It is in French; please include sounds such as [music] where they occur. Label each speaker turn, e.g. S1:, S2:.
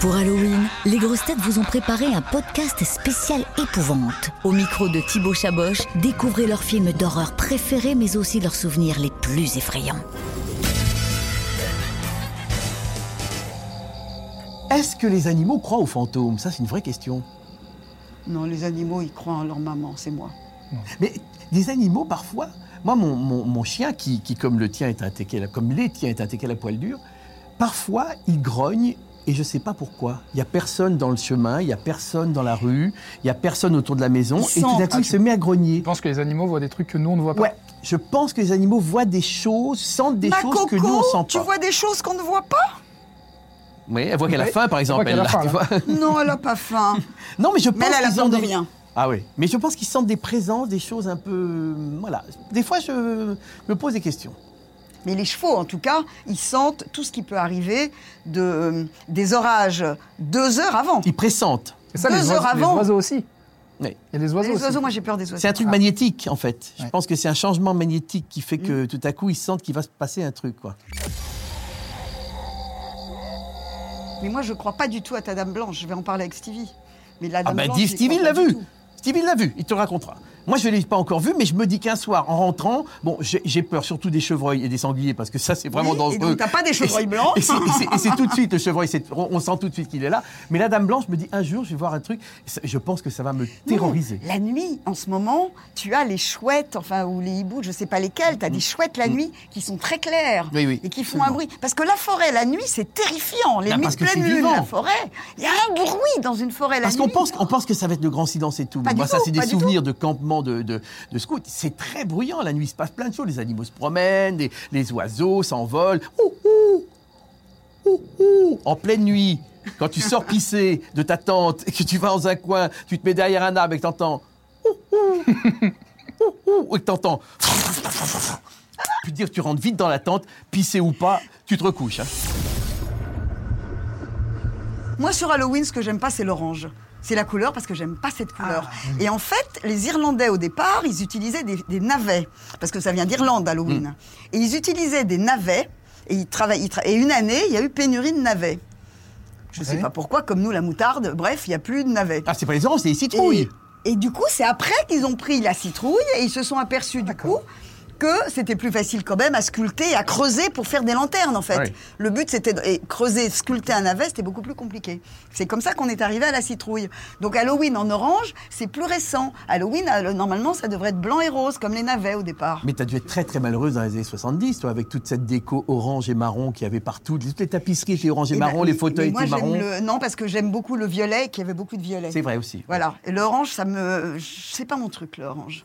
S1: Pour Halloween, les grosses têtes vous ont préparé un podcast spécial épouvante. Au micro de Thibaut Chaboch, découvrez leurs films d'horreur préférés mais aussi leurs souvenirs les plus effrayants.
S2: Est-ce que les animaux croient aux fantômes Ça, c'est une vraie question.
S3: Non, les animaux, ils croient en leur maman, c'est moi.
S2: Mais des animaux, parfois, moi, mon, mon- mon chien, qui, qui, comme le tien est un teckel, comme les tiens est un teckel à poil dur, parfois, il grogne et je ne sais pas pourquoi. Il n'y a personne dans le chemin, il n'y a personne dans la rue, il n'y a personne autour de la maison,
S4: Il
S2: et tout
S4: sent.
S2: d'un coup,
S4: Ah,
S2: il
S4: tu-
S2: se met à grogner.
S4: Je pense que les animaux voient des trucs que nous on ne voit pas.
S2: Ouais, je pense que les animaux voient des choses, sentent des
S3: Ma
S2: choses
S3: coco,
S2: que nous, on sent pas.
S3: tu vois des choses qu'on ne voit pas
S2: Oui, elle voit qu'elle a
S4: Ouais,
S2: faim, par exemple.
S4: qu'elle a
S2: elle,
S4: faim,
S2: tu
S4: là.
S2: vois.
S3: Non, elle n'a pas
S2: [laughs]
S3: faim.
S2: Non, mais je pense
S3: Mais elle, elle a
S2: qu'ils
S3: peur
S2: ont
S3: de
S2: des-
S3: rien.
S2: Ah oui, mais je pense qu'ils sentent des présences, des choses un peu... euh, Voilà, des fois je me pose des questions.
S3: Mais les chevaux, en tout cas, ils sentent tout ce qui peut arriver de, euh, des orages deux heures avant.
S2: Ils pressentent.
S4: Et ça,
S3: Deux
S4: les,
S3: heures
S4: oiseaux, les
S3: avant.
S4: oiseaux aussi.
S2: Oui.
S4: Et les
S3: les
S4: oiseaux. aussi.
S3: oiseaux, moi j'ai peur des oiseaux.
S2: C'est un truc magnétique, en fait. Je
S4: Ouais.
S2: pense que c'est un changement magnétique qui fait que
S3: Mm.
S2: tout à coup, ils sentent qu'il va se passer un truc, quoi.
S3: Mais moi je crois pas du tout à ta dame blanche, je vais en parler avec Stevie. Mais la
S2: Ah
S3: dame
S2: ben,
S3: blanche,
S2: dis,
S3: j'y crois
S2: Stevie
S3: pas
S2: l'a
S3: du
S2: vu
S3: tout.
S2: Stevie l'a vu, il te le racontera. Moi, je ne l'ai pas encore vu, mais je me dis qu'un soir, en rentrant, bon, j'ai j'ai peur surtout des chevreuils et des sangliers, parce que ça, c'est vraiment
S3: Oui,
S2: dangereux.
S3: et donc, t'as pas des chevreuils
S2: Et c'est-
S3: blancs.
S2: Et c'est- et c'est- et c'est tout de suite, le chevreuil, c'est- on, on sent tout de suite qu'il est là. Mais la dame blanche me dit, un jour, je vais voir un truc, ça- je pense que ça va me terroriser.
S3: Non, la nuit, en ce moment, tu as les chouettes, enfin, ou les hiboux, je sais pas lesquels, tu as des chouettes la nuit qui sont très claires
S2: Mm. Oui, oui,
S3: et qui font
S2: absolument.
S3: un bruit. Parce que la forêt, la nuit, c'est terrifiant. Les
S2: Bah,
S3: nuits
S2: parce que
S3: pleines
S2: c'est
S3: lunes,
S2: vivant.
S3: la forêt, il y a un bruit dans une forêt la
S2: Parce
S3: nuit.
S2: qu'on pense, on pense que ça va être le grand silence et tout.
S3: Pas
S2: Mais
S3: du
S2: moi, ça,
S3: tout,
S2: c'est des
S3: pas du
S2: souvenirs de campements de, de, de scouts. C'est très bruyant. La nuit, il se passe plein de choses. Les animaux se promènent, les, les oiseaux s'envolent. Ouh, ouh, ouh, ouh, en pleine nuit, quand tu sors pisser de ta tente et que tu vas dans un coin, tu te mets derrière un arbre et que t'entends. ouh, ouh, ouh, ouh, et que t'entends. Tu te dis, tu rentres vite dans la tente, pisser ou pas, tu te recouches. hein.
S3: Moi, sur Halloween, ce que j'aime pas, c'est l'orange. C'est la couleur parce que j'aime pas cette couleur. Et en fait, les Irlandais au départ, ils utilisaient des, des navets parce que ça vient d'Irlande Halloween. Et ils utilisaient des navets et ils travaillaient. ils tra- et une année, il y a eu pénurie de navets. Je sais
S4: Ouais.
S3: pas pourquoi, comme nous la moutarde. Bref, il y a plus de navets.
S2: Ah, c'est pas les oranges, c'est les citrouilles.
S3: Et, et du coup, c'est après qu'ils ont pris la citrouille et ils se sont aperçus du coup que c'était plus facile quand même à sculpter et à creuser pour faire des lanternes en fait.
S2: Ouais.
S3: Le but c'était de et creuser, sculpter un navet, c'était beaucoup plus compliqué. C'est comme ça qu'on est arrivé à la citrouille. Donc Halloween en orange, c'est plus récent. Halloween euh, normalement ça devrait être blanc et rose comme les navets au départ.
S2: Mais t'as dû être très très malheureuse dans les années 70, toi, avec toute cette déco orange et marron qu'il y avait partout. Toutes les tapisseries étaient orange et,
S3: Eh ben,
S2: marron, les
S3: mais-
S2: fauteuils
S3: mais moi,
S2: étaient
S3: j'aime
S2: marron.
S3: le- Non, parce que j'aime beaucoup le violet, qu'il y avait beaucoup de violet.
S2: C'est vrai aussi.
S3: Voilà. Et l'orange, ça me. C'est pas mon truc, l'orange.